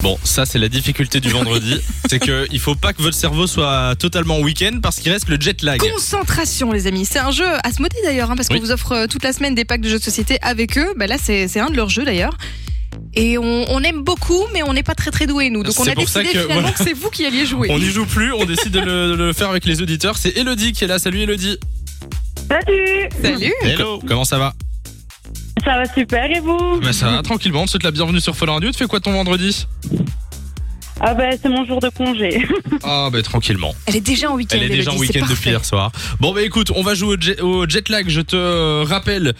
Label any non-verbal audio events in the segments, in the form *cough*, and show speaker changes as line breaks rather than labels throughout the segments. Bon, ça c'est la difficulté du
*laughs*
vendredi, c'est que il faut pas que votre cerveau soit totalement en week-end parce qu'il reste le jet lag.
Concentration, les amis. C'est un jeu à se moder d'ailleurs, hein, parce
Oui.
qu'on vous offre euh, toute la semaine des packs de jeux de société avec eux. Bah, là, c'est c'est un de leurs jeux d'ailleurs. Et on, on aime beaucoup, mais on n'est pas très très doués nous. Donc on
C'est
a
pour ça
décidé
que-
finalement
voilà.
que c'est vous qui alliez jouer.
On n'y joue plus, on décide de le, de le faire avec les auditeurs. C'est Elodie qui est là. Salut Elodie.
Salut
Salut
Hello. Comment ça va
Ça va super et vous
Bah ça va tranquillement. On te souhaite la bienvenue sur Fun Radio. Tu fais quoi ton vendredi
Ah ben c'est mon jour de congé. *laughs*
Ah bah tranquillement.
Elle est déjà en week-end.
Elle est déjà en
Elodie, c'est
week-end depuis
parfait.
hier soir. Bon bah écoute, on va jouer au, jet- au jet lag. Je te euh, rappelle,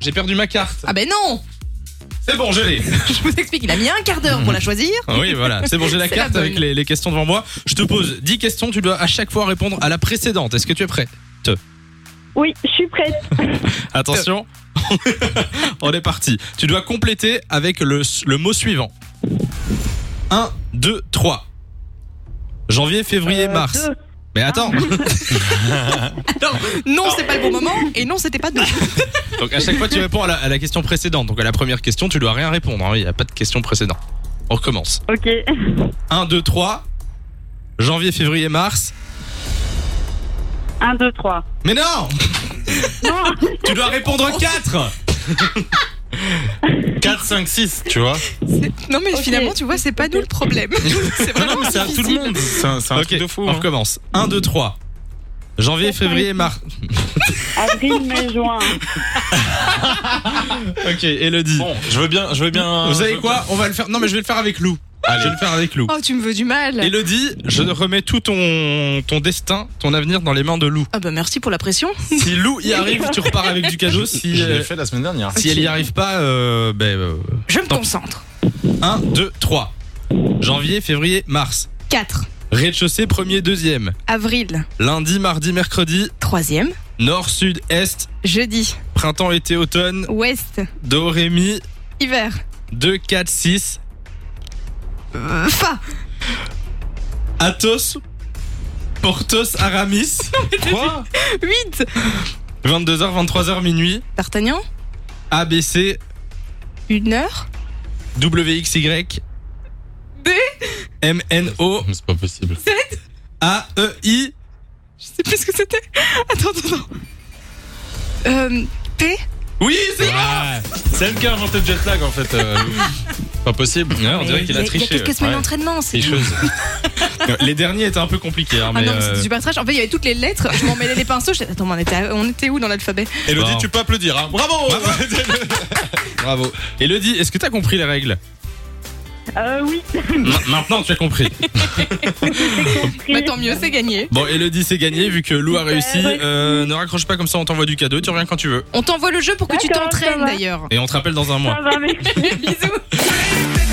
j'ai perdu ma carte.
Ah ben non *laughs*
C'est bon, je l'ai.
Je vous explique, il a mis un quart d'heure pour la
*laughs*
choisir.
Ah Oui, voilà, c'est bon, j'ai la
*laughs* C'est la
carte
bonne.
avec les, les questions devant moi. Je te pose 10 questions, tu dois à chaque fois répondre à la précédente. Est-ce que tu es prêt
Oui, je suis prête.
Attention, *laughs* on est parti. Tu dois compléter avec le, le mot suivant 1, 2, 3. Janvier, février,
Euh,
mars.
deux. Ah.
Mais attends,
Non, c'est pas le bon moment. Et non, c'était pas deux.
*laughs* donc à chaque fois tu réponds à la, à la question précédente. Donc à la première question, tu dois rien répondre. hein. Il n'y a pas de question précédente. On recommence.
Ok. *laughs*
1, 2, 3. Janvier, février, mars.
1, 2, 3.
Mais non
Non
Tu dois
*laughs*
répondre 4 4, 5, 6, tu vois
C'est- Non, mais
Ok.
finalement, tu vois, c'est pas nous
*laughs*
le problème. C'est
Non,
vraiment
non, mais c'est à tout le
difficile.
monde. C'est un, c'est un
Ok,
truc de fou.
on
hein.
recommence. 1, 2, 3. Janvier,
Quatre, cinq,
février,
six.
mars.
Avril, mai, juin.
Ok, Elodie.
Bon, je veux bien, je veux bien.
Vous savez
je-
quoi On va le faire. Non, mais je vais le faire avec Lou. Allez. Je vais le faire avec Lou.
Oh, tu me veux du mal.
Elodie, je remets tout ton, ton destin, ton avenir dans les mains de
*laughs*
Lou.
Ah bah merci pour la pression.
Si Lou y arrive, tu repars avec du cajot. Si,
Je l'ai
euh,
fait la semaine dernière.
si elle y arrive pas, euh, ben,
Je me
Tant pis.
concentre.
1, 2, 3. Janvier, février, mars.
4.
Rez-de-chaussée, premier, deuxième.
Avril.
Lundi, mardi, mercredi.
Troisième.
Nord, sud, est.
Jeudi.
Printemps, été, automne,
Ouest.
do, ré, mi,
Hiver.
2, 4, 6.
Euh, Fa.
Athos, Portos,
*laughs*
Aramis.
Quoi
8.
22h, 23h, minuit.
D'Artagnan.
ABC,
Une heure.
WXY.
D.
MNO,
C'est pas possible.
AEI.
Je sais plus ce que c'était. *laughs* Attends, attends, attends. Euh, P.
Oui, c'est
Ah, C'est elle qui a inventé le jet lag en fait. *laughs* euh, Lou. pas possible.
on dirait
Il
qu'il
y a,
a
il y a
triché.
quelques semaines
ouais.
d'entraînement. c'est tout. *laughs*
Tricheuse.
*laughs* Les derniers étaient un peu compliqués. hein,
Ah
mais,
non, mais
euh,
c'était super trash. En fait, il y avait toutes les lettres. Je m'en mêlais les pinceaux. Je... Attends, mais on était, à- on était où dans l'alphabet
Elodie, tu...
peux applaudir. Hein. Bravo,
*laughs* Bravo. Elodie, est-ce que t'as compris les règles
Euh, oui,
Ma- Maintenant, tu as compris.
compris.
Bah tant mieux, c'est gagné.
Bon, Elodie, c'est gagné vu que Lou a réussi. Euh, ne raccroche pas comme ça, on t'envoie du cadeau. Tu reviens quand tu veux.
On t'envoie le jeu pour que tu
D'accord, ça
t'entraînes
va.
d'ailleurs.
Et on te rappelle dans un mois.
Ça va, merci.
Bisous.